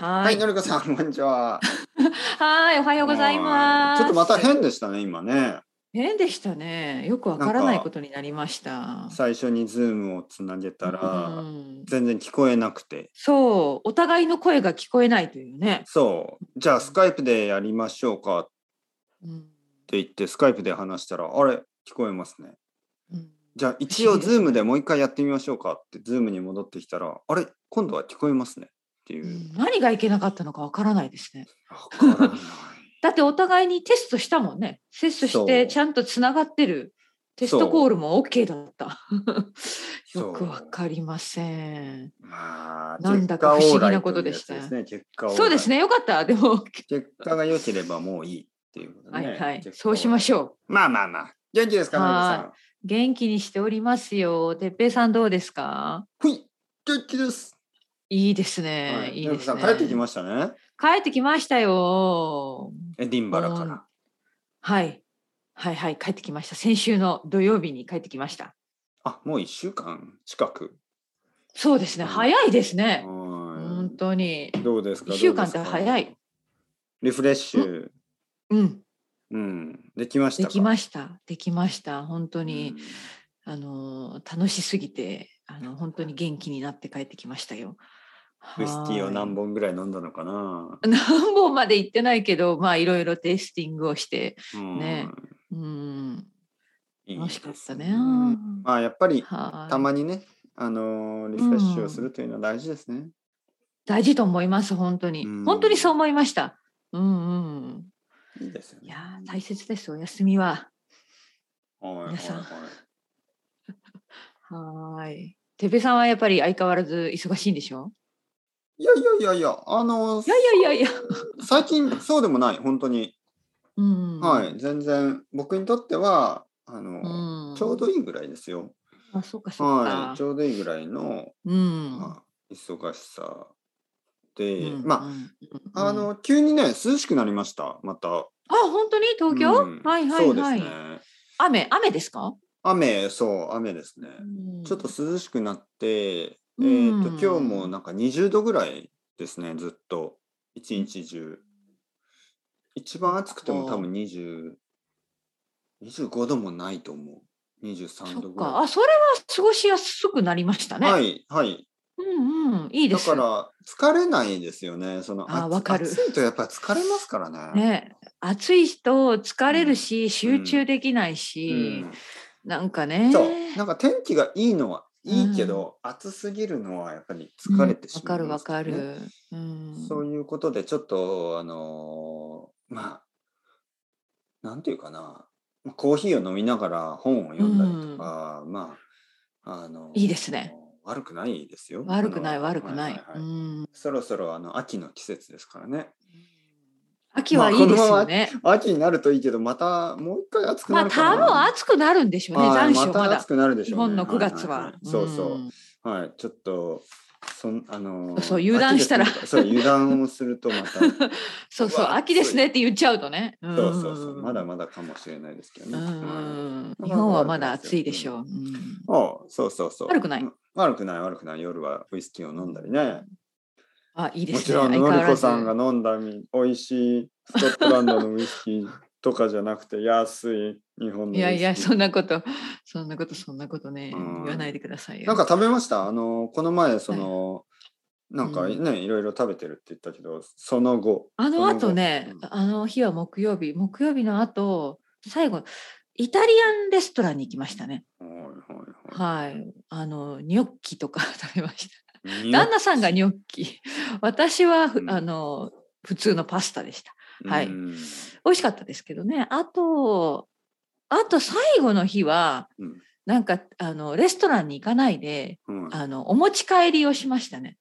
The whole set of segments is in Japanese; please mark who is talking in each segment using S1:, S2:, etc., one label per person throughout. S1: は。
S2: はいい、のりこさん、こんにちは。
S1: はい、おはようございます。
S2: ちょっとまた変でしたね、今ね。
S1: 変でしたね。よくわからないことになりました。
S2: 最初にズームをつなげた
S1: う
S2: ら、
S1: ん
S2: 全然聞こえなくて。
S1: そう、お互いの声が聞こえないというね。
S2: そう、じゃあスカイプでやりましょうかって
S1: うん
S2: 言って、スカイプで話したら、あれ、聞こえますね。
S1: うん
S2: じゃあ一応ズームでもう一回やってみましょうかって、ズームに戻ってきたら、あれ、今度は聞こえますねっていう
S1: ん
S2: う。
S1: 何がいけなかったのかわからないですね。
S2: わからない。
S1: だってお互いにテストしたもんね。テストし
S2: そう
S1: てちゃんとつながってる。テストコールも OK だった。
S2: そう
S1: よくわかりません。
S2: まあ、
S1: なんだか不思議なことでした
S2: 結果オーライというやつですね。結果オーライ
S1: そうです。ね。よかった。でも、
S2: 結果が良ければもういいっていうこと
S1: は
S2: ね。
S1: いはい。そうしましょう。
S2: う。まあまあまあ。元気ですか、のりこさん。
S1: 元気にしておりますよ。てっぺいさんどうですか。
S2: ほい、元気です。
S1: いいですね。、
S2: はい
S1: い
S2: のり
S1: で
S2: こ
S1: す
S2: さん
S1: ね。
S2: 帰ってきましたね。
S1: 帰ってきましたよ。
S2: エディンバラから。
S1: はい。はいはい帰ってきました。先週の土曜日に帰ってきました。
S2: あ、もう一週間近く。
S1: そうですね。早いですね。
S2: は
S1: 本当に。
S2: い。どうですか。
S1: 一週間
S2: どうですか
S1: って早い。
S2: リフレッシュ。
S1: うん。
S2: うん、できました
S1: で
S2: か。
S1: きました。できました。本当に、
S2: うん
S1: あの楽しすぎて、あの本当に元気になって帰ってきましたよ。
S2: ウイスキーを
S1: はい
S2: 何本ぐらい飲んだのかな。
S1: 何本まで行ってないけど、まあいろいろテイスティングをして、
S2: うん
S1: ね。うん、
S2: いい
S1: 楽し
S2: です
S1: かったね。
S2: まあ、やっぱり
S1: はい
S2: たまにね、あのーリフレッシュをするというのは大事ですね。
S1: 大事と思います、本当に
S2: うん。
S1: 本当にそう思いました。うんうん。
S2: いいですよ
S1: い
S2: ね。
S1: やー、大切です、お休みは。
S2: はい
S1: 皆さん
S2: はいはい
S1: はーい。てべさんはやっぱり相変わらず忙しいんでしょ
S2: いやいやいやいや、あのー
S1: いやいやいやいや。
S2: 最近そうでもない、本当に。
S1: うん。
S2: はい、。全然僕にとってはあの、
S1: うん、
S2: ちょうどいいぐらいですよ。
S1: あ、そうかそうか。
S2: はい、ちょうどいいぐらいの、
S1: うん。
S2: まあ、忙しさで、
S1: うん
S2: まあ、あ、
S1: うん
S2: の急にね涼しくなりました。また
S1: あ、本当に東京、
S2: うん
S1: はいは
S2: そ
S1: いう
S2: です
S1: はい。
S2: ね。
S1: 雨、雨ですか、
S2: 雨そう雨ですね。ちょっと涼しくなって、
S1: うん
S2: えーと今日もなんか20度ぐらいですねずっと一日中。一番暑くても多分20 25度もないと思う23
S1: そ
S2: 度
S1: っ
S2: ぐらい
S1: か。。あ、それは過ごしやすくなりましたね。
S2: はいはい。
S1: うんうん、いいで
S2: だ
S1: す。
S2: から疲れないですよね。その
S1: あー
S2: 暑
S1: わかる
S2: 暑いとやっぱ疲れますからね。
S1: ね、暑いと疲れるし、集中できないし、なんか
S2: う
S1: ね。
S2: ん、そうなんか天気がいいのはいいけど、暑すぎるのはやっぱり疲れてしまい
S1: うんわ、
S2: ます
S1: かる
S2: ね
S1: わかる。うん。
S2: そういうことでちょっとあのーまあなんていうかなまあコーヒーを飲みながら本を読んだりとか、まああのー
S1: いいですね。
S2: 悪くないですよ
S1: 悪くな
S2: あ
S1: い
S2: の
S1: 悪くない。
S2: ははは
S1: うん。
S2: そろそろあの秋の季節ですからね
S1: 秋はいいですよね。
S2: 秋になるといいけどまたもう一回暑く
S1: ま
S2: な
S1: あ、
S2: るか
S1: 多
S2: な
S1: 分暑くなるんでしょうね。
S2: は
S1: 残
S2: い
S1: 暑ま
S2: た
S1: だ
S2: 暑。くなるでし
S1: 日
S2: ょう、
S1: 本
S2: ね、
S1: の9月
S2: いい。
S1: はい
S2: そうそう、
S1: ん
S2: はい、ちょっと、そん、あのー
S1: そう油断したら
S2: 秋ですねとかそう、油断をすると、また。そう
S1: そうそうう、
S2: わ
S1: 秋ですねって言っちゃうとね。そ
S2: そうそう、まだまだかもしれないですけど
S1: う
S2: ね。はい
S1: ん。日本はまだ暑いでしょう。うん
S2: おう、そうそうそう。
S1: 悪くない
S2: うん。悪くない、悪くない、夜はウイスキーを飲んだりね。
S1: あ、いいで
S2: も
S1: す
S2: ち
S1: ね。
S2: ろ
S1: 相
S2: ん、
S1: 変
S2: の
S1: わ
S2: り
S1: ら
S2: こ
S1: ず
S2: さんが飲んだみ、美味しいスコットランドのウイスキー とかじゃなくて、安い日本のウイスキー。
S1: いやいや、そんなこと、そんなこと、そんなことね、
S2: うん
S1: 言わないでくださいよ。
S2: なんか食べましたあの、この前、その、なんか
S1: うん
S2: ね、いろいろ食べてるって言ったけど、その後。
S1: あの後ね
S2: その後、
S1: あの日は木曜日、木曜日の後、最後、イタリアンレストランに行きましたね。
S2: はいはいはい。
S1: はい。あの、ニョッキとか 食べました。
S2: ニョッ
S1: 旦那さんがニョッキ。 私は、ふ
S2: うん
S1: あの、普通のパスタでした。はい
S2: うん
S1: 美味しかったですけどね。あと、あと最後の日は、
S2: うん
S1: なんか、あの、レストランに行かないで、
S2: うん
S1: あのお持ち帰りをしましたね。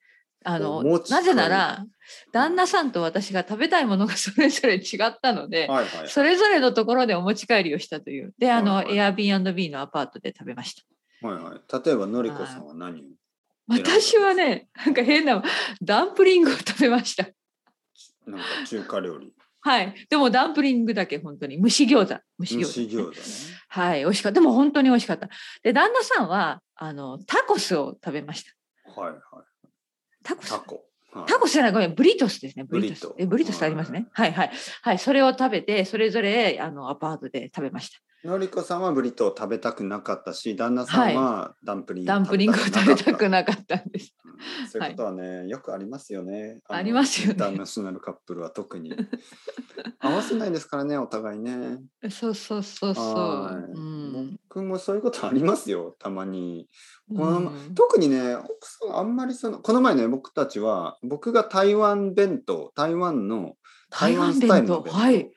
S1: あ
S2: お
S1: の
S2: 持ち
S1: な
S2: 帰り
S1: ぜなら旦那さんと私が食べたいものがそれぞれ違ったので、
S2: はいはい。
S1: それぞれのところでお持ち帰りをしたというであの、
S2: はいはい
S1: Airbnb のアパートで食べました。
S2: はいはい。例えば、のりこさんは何を選んだ
S1: 私はねなんか変なダンプリングを食べました。
S2: なんか中華料理。
S1: はい、でもダンプリングだけ本当に蒸し餃子蒸し餃
S2: 蒸
S1: 子
S2: し餃子ね。
S1: はい美味しかったでも本当に美味しかったで旦那さんはあのタコスを食べました
S2: はいはい。
S1: タコス
S2: タコ。はい
S1: タコスじゃない、ごめん、ブリトスですね。ブリトス
S2: ブリ。ト
S1: えブリトスってありますね。はいはい。はい、それを食べて、それぞれあのアパートで食べました。
S2: のりこさんはブリトー食べたくなかったし、旦那さんはダンプリン、
S1: ダンプリングを食べたくなかったんです。
S2: うんそういうことはね、よくありますよね。の
S1: ありますよね
S2: インターナショナルカップルは 特に。合わせないですからね、お互いね。
S1: そうそうそうそ
S2: は
S1: う。
S2: い
S1: うん。
S2: 僕もそういうことありますよ、たまに。こ
S1: う
S2: の
S1: ん
S2: 特にね、奥さんあんまりその、この前ね、僕たちは、僕が台湾弁当、台湾の、
S1: 台湾
S2: 台湾スタイ
S1: 弁
S2: ルの
S1: 当。
S2: 弁当
S1: はい。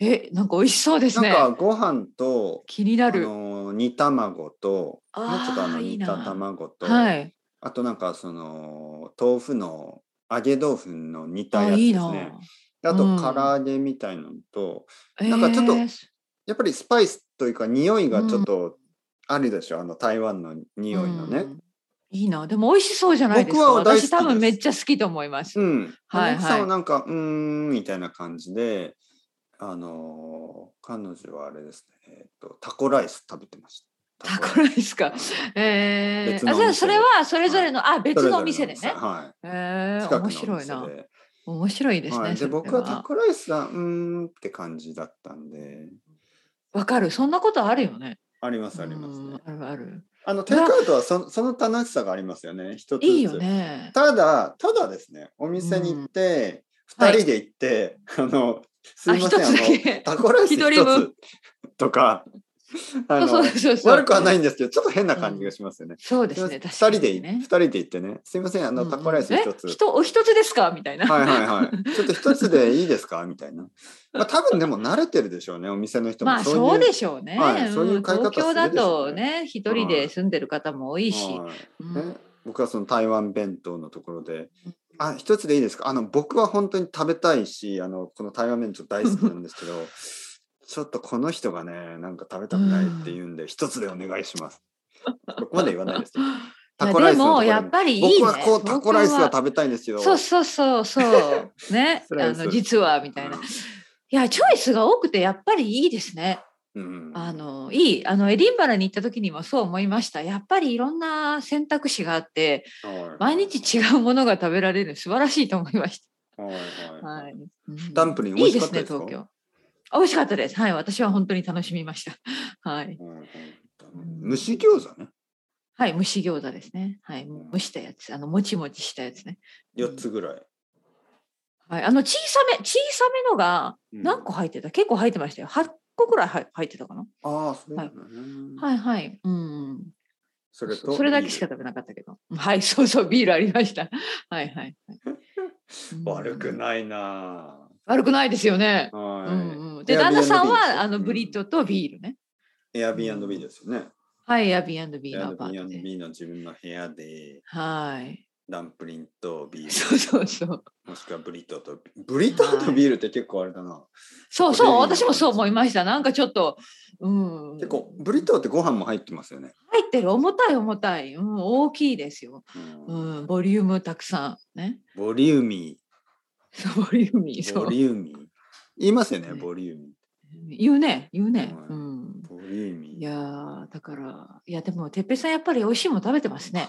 S1: え、なんか美味しそうです
S2: な
S1: ね
S2: ん。かご飯と、
S1: 気にな
S2: あ
S1: る。
S2: の煮卵と、
S1: あ
S2: もう
S1: ー
S2: ちょっとあの
S1: いい
S2: 煮
S1: な
S2: た卵と、
S1: はい。
S2: あとなんかその豆腐の揚げ豆腐の煮た
S1: あ、
S2: やつ
S1: いい
S2: です
S1: な。
S2: ね。あ
S1: う
S2: と
S1: ん
S2: 唐揚げみたいなのと、
S1: えー
S2: なんかちょっとやっぱりスパイスというか匂いがちょっとあるでしょ、あの台湾の匂いの
S1: う
S2: ね。
S1: んいいな。でも美味しそうじゃないですか。
S2: 僕は大好
S1: 私
S2: きです
S1: 多分めっちゃ好きと思います。
S2: うん。
S1: はいはい
S2: 奥さんはなんかうーんみたいな感じで、あのー彼女はあれですね、えっとタコライス食べてました。
S1: タコライスか。え
S2: 別
S1: ー、
S2: の
S1: あ
S2: お
S1: じ
S2: 店で
S1: ゃあそれはそれぞれの、あ別のお店で
S2: それ
S1: ね
S2: ぞれ。のお店はい。
S1: えー、
S2: 近くの
S1: 面
S2: お店で
S1: 白いな。面白いですね。
S2: はい、
S1: そ
S2: で
S1: れ
S2: 僕はタコライスはうーんって感じだったんで。
S1: わかる。そんなことあるよね。
S2: ありますありますね。
S1: うんあるある。
S2: あのテイクアウトはそその楽しさがありますよね。一つずつ
S1: いいよね。
S2: ただただですね。お店に行って
S1: うん
S2: 二、人で行って、あのすいません
S1: あ
S2: あ
S1: 一つだけ
S2: のタコライス
S1: 一
S2: 一
S1: 人分
S2: つとかあ の
S1: そうそうそうそう。
S2: 悪くはないんですけどちょっと変な感じがしますよね。
S1: そうですす
S2: い
S1: ね。確
S2: ま
S1: か
S2: せん
S1: に
S2: 二人で二
S1: ね。
S2: 人で行ってね。すいませんあのタコライス
S1: う
S2: 一つ。
S1: んうんえ人お一つですかみたいな。
S2: はいはい はい。ちょっと一つでいいですかみたいな。まあ多分でも慣れてるでしょうね。お店の人も
S1: まあそう
S2: い
S1: でしょうね。
S2: はいそういうん買い方
S1: 東京
S2: する
S1: だ
S2: でしょうね
S1: とね、一人で住んでる方も多いし。
S2: はい
S1: うん
S2: ね、僕はその台湾弁当のところで
S1: うん
S2: 「あ一つでいいですかあの僕は本当に食べたいしあのこの台湾弁当大好きなんで すけどちょっとこの人がねなんか食べたくないって言うんで一つでお願いします」ここまで言わないですけど
S1: い
S2: タ
S1: や
S2: コライ
S1: で
S2: スのと
S1: も
S2: ころで
S1: や
S2: も
S1: っぱりいいね。
S2: 僕はこうタコライス
S1: 東
S2: が
S1: 京は
S2: 食べたいんですよ
S1: そうそうそう そう。ね。
S2: それは
S1: あ
S2: そう
S1: の
S2: です
S1: 実はみたいな。いやチョイスが多くてやっぱりいいですね。
S2: うんうん
S1: あのいいあのエディンバラに行った時にもそう思いました。やっぱりいろんな選択肢があって
S2: は
S1: 毎
S2: い
S1: 日違うものが食べられる素晴らしいと思いまし
S2: はい
S1: た。
S2: は
S1: はいい。うん
S2: ダンプリン美
S1: いい
S2: 味し
S1: で
S2: かっ
S1: す
S2: た
S1: ね
S2: ですか
S1: 東京。あ美味しかったです。はい私は本当に楽しみました。はい
S2: うんうん蒸し餃子ね
S1: はい蒸し餃子ですね。はい蒸したやつあのもちもちしたやつね。
S2: 4つぐらい、
S1: はいあの小さめ小さめのが
S2: うん
S1: 何個入ってた結構入ってましたよ。8個くらい入入ってたかな。
S2: ああそうなんだね、
S1: はいはい。うん。
S2: それ
S1: そ
S2: と
S1: それだけしか
S2: ビール
S1: 食べなかったけど。はい、そうそう、ビールありました。はいはいはい。
S2: 悪く
S1: うん
S2: ないな
S1: 悪くないですよね
S2: ぁ。。は
S1: うんうん、で、
S2: Airbnb
S1: 旦那さん
S2: ですよ
S1: はあのブリトとビールね。
S2: い。Airbnb ですよね。
S1: はい、エアビービーのアパートで。
S2: Airbnb の自分の部屋で
S1: はい。
S2: ダンプリンとビー
S1: そうそうそう。
S2: ル、もしくはブリトーとブリトーとビールって結構あれだな。
S1: そう
S2: こ
S1: そう、
S2: れいい
S1: 私もそう思いました。なんかちょっと、うん。
S2: 結構ブリトーってご飯も入ってますよね。
S1: 入ってる、重たい重たい。うん、大きいですよ。
S2: うん
S1: うん、ボリュームたくさん。ね。
S2: ボリューミ
S1: そうボリューミー。
S2: ー、
S1: そ
S2: ボ
S1: う。
S2: リューミー。言いますよね、
S1: ね
S2: ボリューミ
S1: 言うね、言うね。
S2: はい
S1: うん。
S2: ー。ボリューミ
S1: い
S2: ー。
S1: やーだからいやでもてっぺいさんやっぱり美味しいもの食べてますね。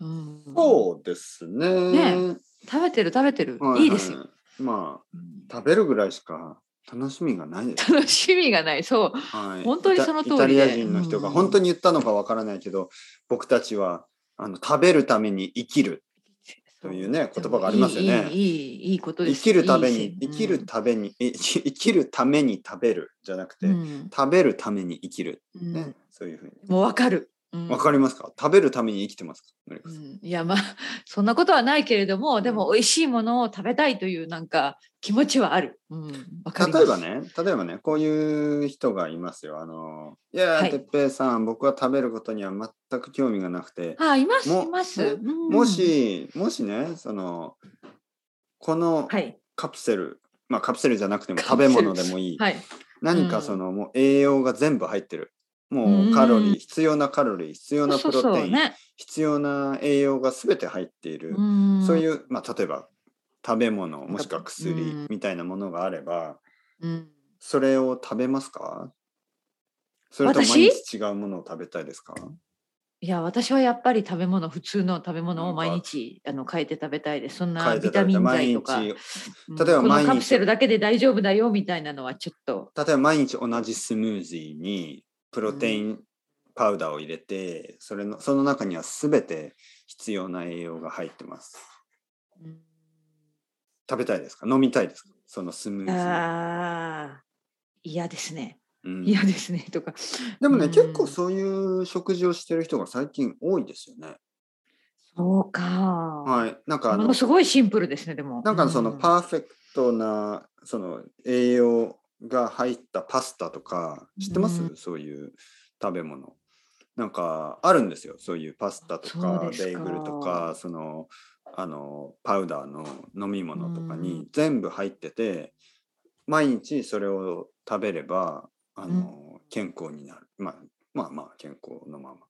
S1: うん、
S2: そうですね。
S1: ね食べてる食べてる、
S2: はい
S1: いい、ですよ、。
S2: ま
S1: う
S2: あ
S1: ん
S2: 食べるぐらいしか楽しみがないです。
S1: 楽しみがないそう
S2: はい、
S1: 本当にその通りで
S2: イタイタリア人の人が
S1: うん
S2: 本当に言ったのかわからないけど、僕たちはあの食べるために生きるというね言葉がありますよね
S1: いいいいいいいいことで
S2: 生
S1: す
S2: きるために
S1: いい
S2: 生
S1: です
S2: きるために、え生き生きるために食べるじゃなくて、
S1: うん
S2: 食べるために生きる、
S1: うん
S2: ねそういうふうに
S1: もうわかる。うん
S2: わかりますか食べるために生きてますかのりこ
S1: う
S2: さん
S1: んいやまあそんなことはないけれどもでも美味しいものを食べたいというなんか気持ちはある。うん、わかります
S2: 例えば。ね、例えばね、こういう人がいますよ。あの、いや
S1: は
S2: ー、
S1: い
S2: てっぺいさん、僕は食べることには全く興味がなくて、
S1: あいます
S2: も
S1: います。
S2: も
S1: うん
S2: もし、もしね、その、この
S1: はい
S2: カプセル、まあカプセルじゃなくても
S1: カ
S2: 食
S1: プセ
S2: べ
S1: ル
S2: 物でもいい、
S1: はい
S2: 何かその、もう栄養が全部入ってるもうんうカロリー、必要なカロリー必要な
S1: そ
S2: プ
S1: うそう
S2: ロテイン
S1: そうね。
S2: 必要な栄養が全て入っている、そう
S1: う
S2: いう、まあ、例えば食べ物もしくは
S1: う
S2: 薬
S1: ん
S2: みたいなものがあれば、
S1: ん、うん
S2: それを食べますかそれとも
S1: 私
S2: 毎日違うものを食べたいですか
S1: いや私はやっぱり食べ物普通の食べ物を毎日あの変えて食べたいですそんな
S2: 変えて
S1: ビ
S2: 食べた
S1: タ
S2: い
S1: ミン剤
S2: 毎
S1: とか、
S2: 日
S1: うん
S2: 例えば
S1: こ
S2: 毎
S1: の
S2: 日
S1: カプセルだけで大丈夫だよみたいなのはちょっと
S2: 例えば毎日同じスムージーにプロテインパウダーを入れて、それのその中には全て必要な栄養が入ってます
S1: うん
S2: 食べたいですか飲みたいですかそのスムージー、
S1: あー嫌ですね
S2: うん
S1: 嫌ですねとか
S2: でもね、
S1: うん
S2: 結構そういう食事をしてる人が最近多いですよね
S1: そうか、
S2: はいなんかあ
S1: なん
S2: の
S1: かすごいシンプルですねでも
S2: なんかその
S1: うん
S2: パーフェクトなその栄養が入ったパスタとか知ってます、
S1: う
S2: そういう食べ物なんかあるんですよそういうパスタと
S1: そ
S2: か
S1: うですか
S2: ベーグルとかそのあのパウダーの飲み物とか
S1: う
S2: に
S1: ん
S2: 全部入ってて毎日それを食べればあの健康になる、まあ、まあまあ健康のまま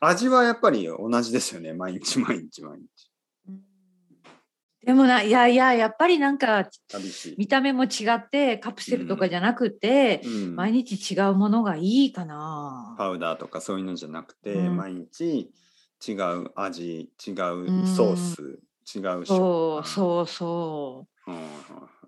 S2: 味はやっぱり同じですよね毎日毎日毎日
S1: でもないやいややっぱりなんか
S2: 寂しい、
S1: 見た目も違ってカプセルとかじゃなくて、
S2: うん
S1: 毎日違うものがいいかな、
S2: パウダーとかそういうのじゃなくて、
S1: うん
S2: 毎日違う味違う
S1: うん
S2: ソース、違う
S1: そう
S2: う、
S1: そうそう
S2: うんうんうん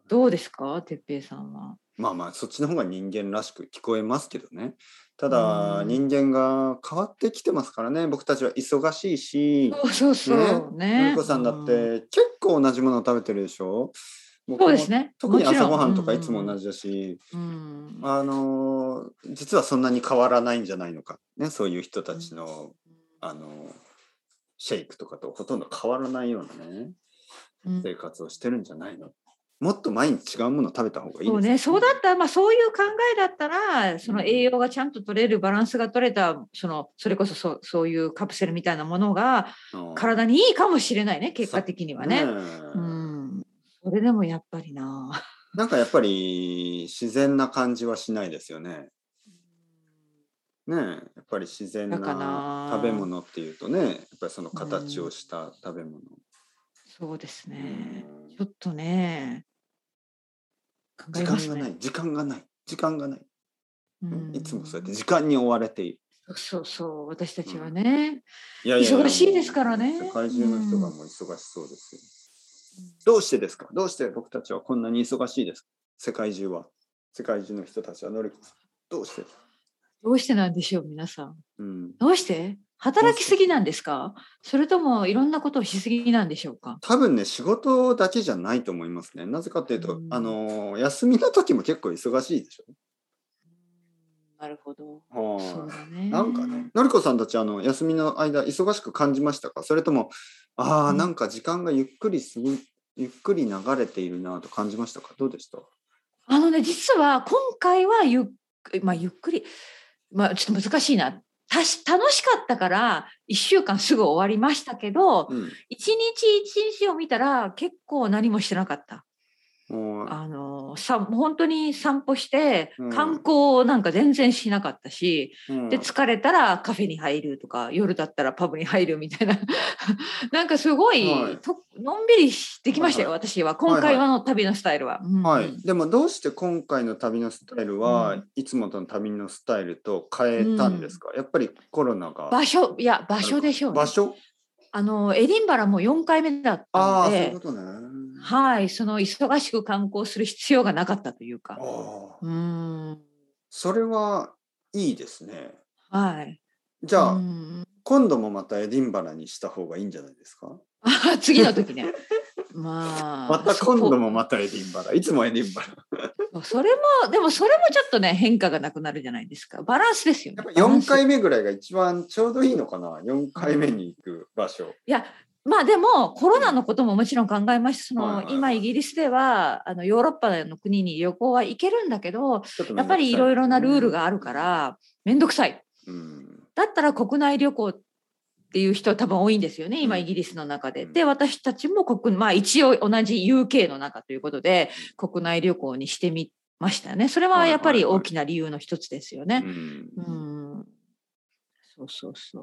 S1: どうですか哲平さんは。
S2: まあまあそっちの方が人間らしく聞こえますけどねただ
S1: うん
S2: 人間が変わってきてますからね僕たちは忙しいし
S1: そうそうそうね。
S2: のりこさんだっ
S1: うん
S2: て結構同じものを食べてるでしょ僕も
S1: そうですね。
S2: 特に
S1: もちろ
S2: 朝
S1: ん
S2: ごはんとかいつも同。じだし、
S1: うんうん
S2: あのー実はそんなに変わらないんじゃないのか、ね、そういう人たちのあのシェイクとかとほとんど変わらないようなね
S1: うん
S2: 生活をしてるんじゃないのもっと毎日違うものを食べた方がいい
S1: そう
S2: ですよ
S1: ね、そうだったら、まあ、そういう考えだったら、その栄養がちゃんと取れる、バランスが取れた、その、それこそそう、そういうカプセルみたいなものが、
S2: うん
S1: 体にいいかもしれないね、結果的にはね。
S2: ねえ
S1: うん。それでもやっぱりな。
S2: なんかやっぱり自然な感じはしないですよねねえやっぱり自然
S1: だかな
S2: な食べ物っていうとねやっぱりその形をした食べ物、
S1: そうです
S2: う
S1: ね。
S2: ん
S1: ちょっとね、考
S2: 時
S1: え
S2: 間
S1: ます
S2: がな
S1: ね。
S2: い時間がない時間がない、
S1: うん
S2: いつもそうやって時間に追われている
S1: そうそうそう、私たちはね、
S2: いやいやや
S1: 忙しいですからね
S2: 世界中の人がもう忙しそうですよ。
S1: うん
S2: どうしてですかどうして僕たちはこんなに忙しいですか世界中は。世界中の人たちはのりこさん。どうして、
S1: どうしてなんでしょう、皆さん。
S2: うん、
S1: どうして働きすぎなんですかそれともいろんなことをしすぎなんでしょうか
S2: 多分ね、仕事だけじゃないと思いますね。なぜかっていうと、
S1: うん
S2: あのー、休みの時も結構忙しいでし
S1: なるほど。
S2: ょ。
S1: そう
S2: は
S1: だね。
S2: いなんかね、のりこさんたちあの休みの間忙しく感じましたかそれとも、ああ、
S1: うん
S2: なんか時間がゆっくりすぎ、ゆっくり流れているなと感じましたかどうでした
S1: あのね、実は今回はゆっくり、まあゆっくり、まあちょっと難しいな。たし楽しかったから1週間すぐ終わりましたけど、
S2: うん
S1: 一日一日を見たら結構何もしてなかった。
S2: もう。
S1: あのさ本当に散歩して
S2: うん
S1: 観光なんか全然しなかったし、
S2: うん
S1: で疲れたらカフェに入るとか夜だったらパブに入るみたいな なんかすごい、
S2: はい
S1: とのんびりできましたよ、
S2: は
S1: 私は今回はの旅のスタイルは。うん
S2: はい、でもどうして今回の旅のスタイルは、
S1: うん
S2: いつもとの旅のスタイルと変えたんですか、やっぱりコロナが
S1: 場所いや場所でしょう、ね、
S2: 場所
S1: あのエディンバラも4回目だった
S2: ああ
S1: の
S2: そういう
S1: で
S2: ことね
S1: はいその忙しく観光する必要がなかったという
S2: あ
S1: か
S2: あ
S1: うん
S2: それはいいですね
S1: はい
S2: じゃあ、
S1: うん
S2: 今度もまたエディンバラにした方がいいんじゃないですか
S1: あ次の 時ねまあ
S2: また今度
S1: そ
S2: もまたエディンバラいつもエデ ィンバラ
S1: こそれもでもそれもちょっとね変化がなくなるじゃないですかバランスですよね
S2: やっぱ
S1: バラン
S2: 4
S1: ス
S2: 回目ぐらいが一番ちょうどいいのかな4回目に行く場所、
S1: いやまあでもコロナのことももちろん考えましたその、
S2: はいはいはい
S1: 今イギリスではあのヨーロッパの国に旅行は行けるんだけど
S2: ちょっとめ
S1: や
S2: ん
S1: っ
S2: どくさ
S1: ぱりいろいろなルールがあるか、ら面倒くさい
S2: うん
S1: だったら国内旅行っていう人多分多いんですよね今イギリスの中で。
S2: うん
S1: で私たちも国、まあ、一応同じ UK の中ということで国内旅行にしてみましたねそれはやっぱり大きな理由の一つですよね。
S2: う
S1: うんんそうそうそ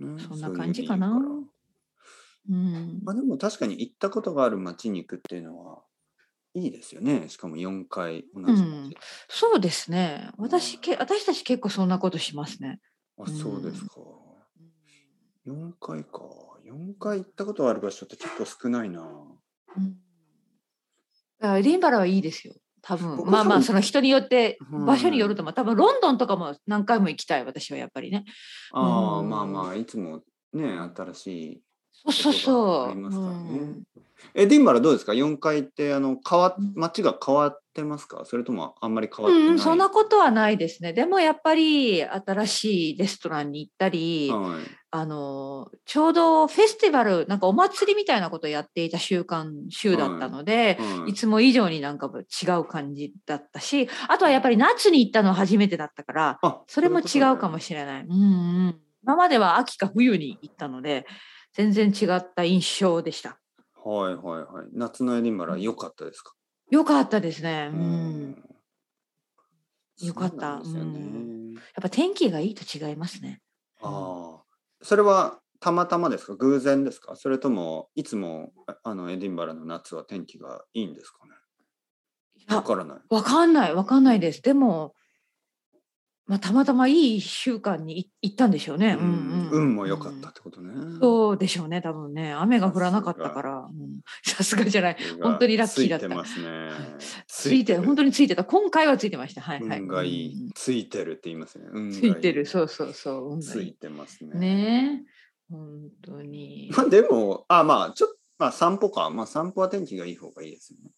S1: う。
S2: ね
S1: そんな
S2: ういう
S1: 感じか
S2: 意味
S1: な
S2: から
S1: うん
S2: まあでも確かに行ったことがある町に行くっていうのはいいですよね。しかも4回同
S1: う
S2: じ町。
S1: んそうですね。私け、私たち結構そんなことしますね。
S2: あ、そうですか。4回か。4回行ったことある場所ってちょっと少ないな。
S1: うんだからエディンバラはいいですよ。多分
S2: 僕
S1: まあま
S2: 多
S1: あ
S2: 分
S1: その人によって
S2: うん
S1: 場所によるとも多分ロンドンとかも何回も行きたい私はやっぱりね。
S2: ああ、
S1: うん
S2: まあまあ、いつもね、新しい。
S1: そうそう
S2: あ
S1: そう。
S2: りますからね
S1: うん
S2: え、ディンバラどうですか ?4 回って、あの、変わ
S1: う、ん
S2: 街が変わってますかそれともあんまり変わってない
S1: うん、そんなことはないですね。でもやっぱり新しいレストランに行ったり、
S2: はい。
S1: あのちょうどフェスティバルなんかお祭りみたいなことをやっていた週間週だったので、
S2: はい
S1: いつも以上になんかもう違う感じだったしあとはやっぱり夏に行ったのは初めてだったから
S2: あ
S1: それも違うかも
S2: し
S1: しれない。うんうん、今までは秋か冬に行ったので全然違った印象でした。
S2: れない。はいはいはい。夏のエディンバラ良かったですか
S1: よかったですね。
S2: う
S1: うん、や
S2: ん
S1: よかった
S2: そうなんですよ
S1: う
S2: ね。
S1: っぱ天気がいいと違いますね。
S2: ああ。それはたまたまですか偶然ですかそれともいつもああのエディンバラの夏は天気がいいんですかね
S1: いや
S2: わからない。
S1: わかんない、わかんないです。でも、まあ、たまたまいい一週間にい行ったんでしょうね。うんうん
S2: 運も良かったっ
S1: うん
S2: てことね。
S1: そうでしょうね、多分ね。雨が降らなかったから。うんさすがじゃない。本当にラッキーだった
S2: ついてますね。
S1: ついてる、本当
S2: に。
S1: についてた。今回はついてました。はいはい。
S2: 運がい
S1: うん
S2: い。ついてるって言いますね。運が
S1: ついてる、。そうそうそう。運が
S2: つ
S1: い
S2: い
S1: い
S2: てますね。
S1: ねえ本当に。
S2: まあでも、あまあちょっと、まあ散歩か。まあ散歩は天気がいい方がいいですよね。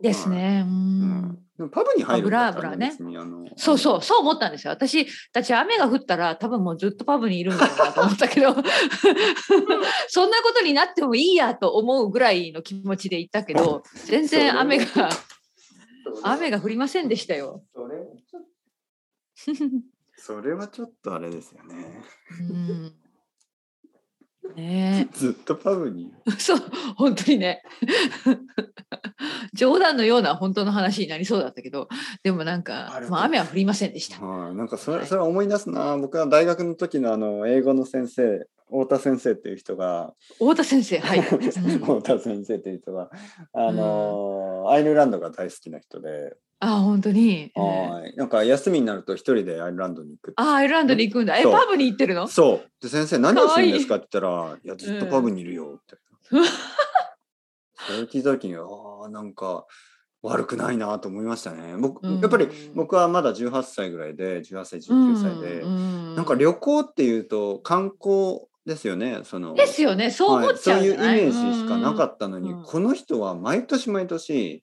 S1: ですね。う
S2: うんん。でもパブに入るんだったら
S1: あブラブラね
S2: 別にあの
S1: そうそう、そう思ったんですよ。私たち雨が降ったら多分もうずっとパブにいるんだろうなと思ったけど、 そんなことになってもいいやと思うぐらいの気持ちで行ったけど、全然雨が、雨が降りませんでしたよ。
S2: それちょっとそれはちょっとあれですよね。
S1: うん ね
S2: ずっとパブ に。
S1: え、そう、本当にね。 冗談のような本当の話になりそうだったけど、でもなん
S2: あ
S1: か
S2: れ、
S1: まあ、雨は降りませんでした。
S2: はい、なんかそれ
S1: はい
S2: それは思い出すな。僕は大学の時のあの英語の先生、太田先生っていう人が、
S1: 太田先生、はい。うん
S2: 太田先生っていう人が、あのーアイルランドが大好きな人で、
S1: あ、本当に。ええ
S2: はいなんか休みになると一人でアイルランドに行くって。
S1: あアイルランドに行くんだ。え、
S2: そう
S1: パブに行ってるの
S2: そう。で先生何をするんです
S1: か
S2: かって言ったら「いやずっとパブにいるよ」って。
S1: うん
S2: それを聞いた時にあーなんか悪くないなと思いましたね。僕やっぱり僕はまだ18歳ぐらいで18歳19歳で、
S1: うん
S2: なんか旅行っていうと観光ですよねその
S1: ですよね、そう思
S2: は
S1: っ
S2: い、
S1: ち
S2: そう
S1: ゃう
S2: い
S1: じ
S2: う
S1: ゃ
S2: イ
S1: ない。
S2: メージしかなか
S1: っ
S2: ったのに、
S1: うん
S2: この人は毎年毎年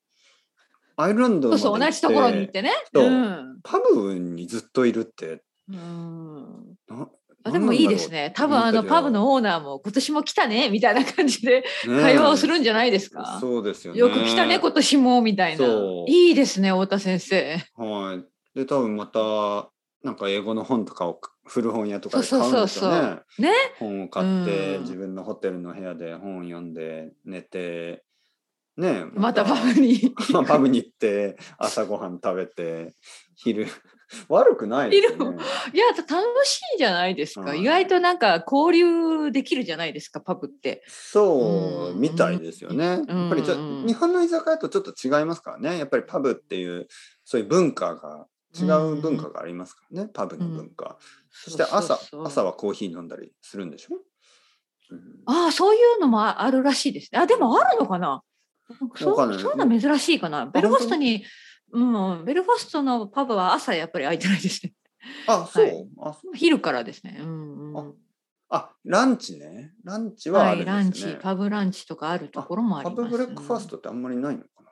S2: アイルランド
S1: そ
S2: ま
S1: う
S2: で行
S1: そう、同
S2: って
S1: じところに行ってね。
S2: そう
S1: うん
S2: パブにずっといるって
S1: うん
S2: な
S1: あでもいいですね。多分あのパブのオーナーも今年も来たねみたいな感じで会話をするんじゃないです
S2: ね
S1: か。
S2: そうですよね。
S1: よく来たね今年もみたいな
S2: そ。う
S1: いいですね太田先生。
S2: はい。で、多分また、なんか英語の本とかを古本屋とかで
S1: そう
S2: 買
S1: そううんそうそう
S2: ですよね。
S1: ね。
S2: 本を買って、
S1: うん
S2: 自分のホテルの部屋で本を読んで、寝て、ね
S1: またパブに。
S2: まあパブに行って、朝ごはん食べて、昼、 悪くないですよね。
S1: いや楽しいじゃないですか。
S2: うん
S1: 意外となんか交流できるじゃないですかパブって。
S2: そうう、
S1: ん
S2: みたいですよね。
S1: うん
S2: やっぱりちょ
S1: うん
S2: 日本の居酒屋とちょっと違いますからね。やっぱりパブっていう、そういう文化が、違う文化がありますからね、パブの文化。そして
S1: そ
S2: 朝
S1: うそうそう
S2: 朝はコーヒー飲んだりするんでしょ、うん
S1: ああ、そういうのもああるらしいですね。あ、でもあるのかな。そ
S2: わかんな
S1: う、
S2: い
S1: そんな珍しいかな。ベルファストに。うん、ベルファストのパブは朝やっぱり開いてないです ね。
S2: あそう、
S1: はい
S2: あそう
S1: 昼からですね。うん、う
S2: あ
S1: ん。
S2: あランチねランチは
S1: は
S2: あ
S1: い、
S2: るんです
S1: ラ
S2: ね、
S1: ンチ、パブランチとかあるところもありま
S2: パ
S1: す。
S2: ブブレックファストってあんまりないのかな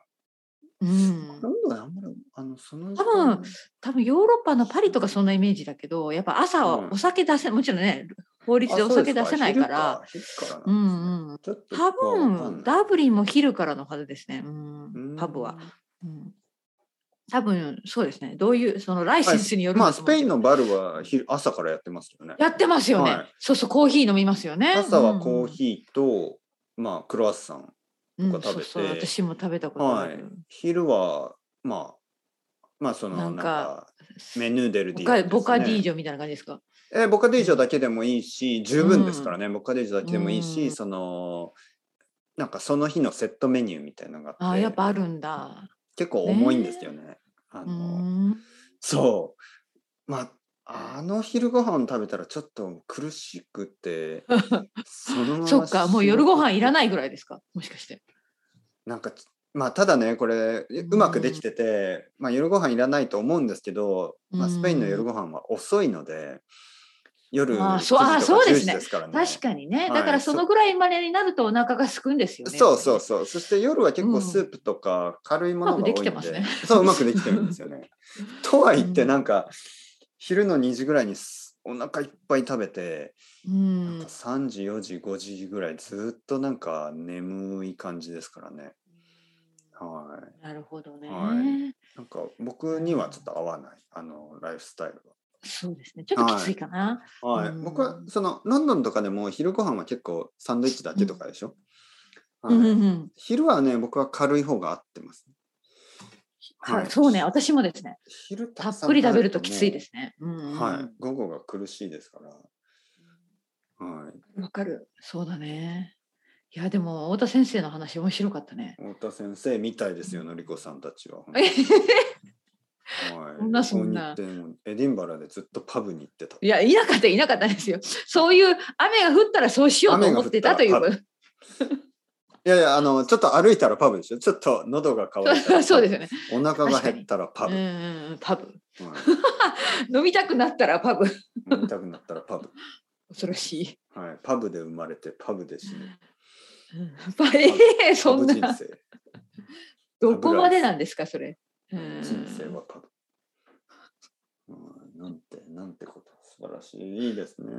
S1: うん。
S2: ロンドンはあんまりあのその
S1: 多分多分ヨーロッパのパリとかそんなイメージだけど、やっぱ朝
S2: う
S1: は
S2: ん
S1: お酒出せ、もちろんね、法律で
S2: あ
S1: お
S2: そう
S1: 酒
S2: です
S1: 出せないから。
S2: 昼昼か
S1: う
S2: らなんですね
S1: んうん。
S2: ちょっと
S1: 多
S2: わかん
S1: 分
S2: ない
S1: ダブリンも昼からのはずですね。う
S2: うん
S1: ん、パブは。うん多分そうですね。どういうそのライセンスによるん
S2: ま
S1: だ
S2: あ
S1: と
S2: ス
S1: 思う
S2: ペ
S1: け
S2: イン
S1: ど
S2: のバルは昼朝からやってますよね
S1: やってますよね、
S2: はい
S1: そうそうコーヒー飲みますよね。
S2: 朝はコーヒーと、まあクロワッサン
S1: ー
S2: とか食べて
S1: そうそう私も食べたことあ
S2: はい
S1: る。、
S2: 昼はまあまあその
S1: な
S2: なんん
S1: か
S2: かメヌーデルディ
S1: ボ
S2: オ
S1: カ
S2: で
S1: ボカデ
S2: すね
S1: ィージョみたいな感じですか。
S2: えーボカディージョだけでもいいし十分ですからね、ボカディージョだけでもいいし、
S1: うん
S2: そのなんかその日のセットメニューみたいなのが
S1: あ
S2: あっ
S1: ー
S2: て
S1: やっぱあるんだ。
S2: 結構重いんですよね。あ
S1: うー
S2: の
S1: ん。
S2: そうまああの昼ご飯食べたらちょっと苦し くて、そのまま
S1: そっか、もう夜ご飯いら
S2: い。
S1: ないぐらいですか。もしかして。
S2: なんか、まあ、ただね、これ、
S1: ん
S2: うまくできてて、まあ、夜ご飯いらないと思うんですけど、まあ、
S1: うん
S2: スペインの夜ご飯は遅いので、夜
S1: あ
S2: 9
S1: ー
S2: 時
S1: そ
S2: と
S1: うあ
S2: か
S1: ーそう
S2: 10
S1: です
S2: 時
S1: ね
S2: ですからね。
S1: 確かにね。
S2: はい
S1: だからそのぐらいまでになるとお腹が空くんですよね。
S2: そうそうそう。そして夜は結
S1: う
S2: 構
S1: ん
S2: スープとか軽いものが多いんで、
S1: うまくできてます
S2: そううまくできてるんです よね。とはいって
S1: うん
S2: なんか昼の2時ぐらいにすお腹いっぱい食べて、
S1: う
S2: なん
S1: ん
S2: か。3時4時5時ぐらいずっとなんか眠い感じですからね。は
S1: なるほどね。
S2: はいい。なんか僕にはちょっと合わないあのライフスタイル
S1: そうですね。ちょっときついかな。
S2: は。はい。
S1: うん
S2: 僕はそのロンドンとかでも昼ご飯は結構サンドイッチだけとかでしょ。
S1: うんう
S2: はい。
S1: んうん
S2: 昼はね僕は軽い方が合ってます。
S1: か
S2: はい
S1: そうね。私もですね。
S2: 昼、
S1: たっぷり食べるときついですすね。うんうん
S2: はい。午後が苦しいですから。はい。
S1: わかる。そうだね。いやでも太田先生の話面白かったね。
S2: 太田先生みたいですよ、のりこさんたちは。
S1: えへへ
S2: はい
S1: そんなそんな
S2: ここに行ってもエディンバラでずっとパブに行ってた。
S1: いやいなかったいなかったですよ。そういう雨が降ったらそうしようと思ってたとい
S2: 雨が降
S1: う。
S2: いやいや、あの、ちょっと歩いたらパブでしょ。ちょっと喉が渇いた ら。
S1: そうですよね。
S2: お腹が減ったらパ
S1: うんう
S2: ブ。
S1: んうんパブ。
S2: はい
S1: 飲みたくなったらパブ。
S2: 飲みたくなったらパブ。
S1: 恐ろしい。
S2: はい。パブで生まれて、パブで死ぬ。
S1: パブ ええ
S2: パ
S1: そん
S2: ブ
S1: な
S2: 人生。
S1: どこまでなんですかそれ。うん
S2: 人生はパブ。うんなんて、なんてこと。素晴らしい。いいですね。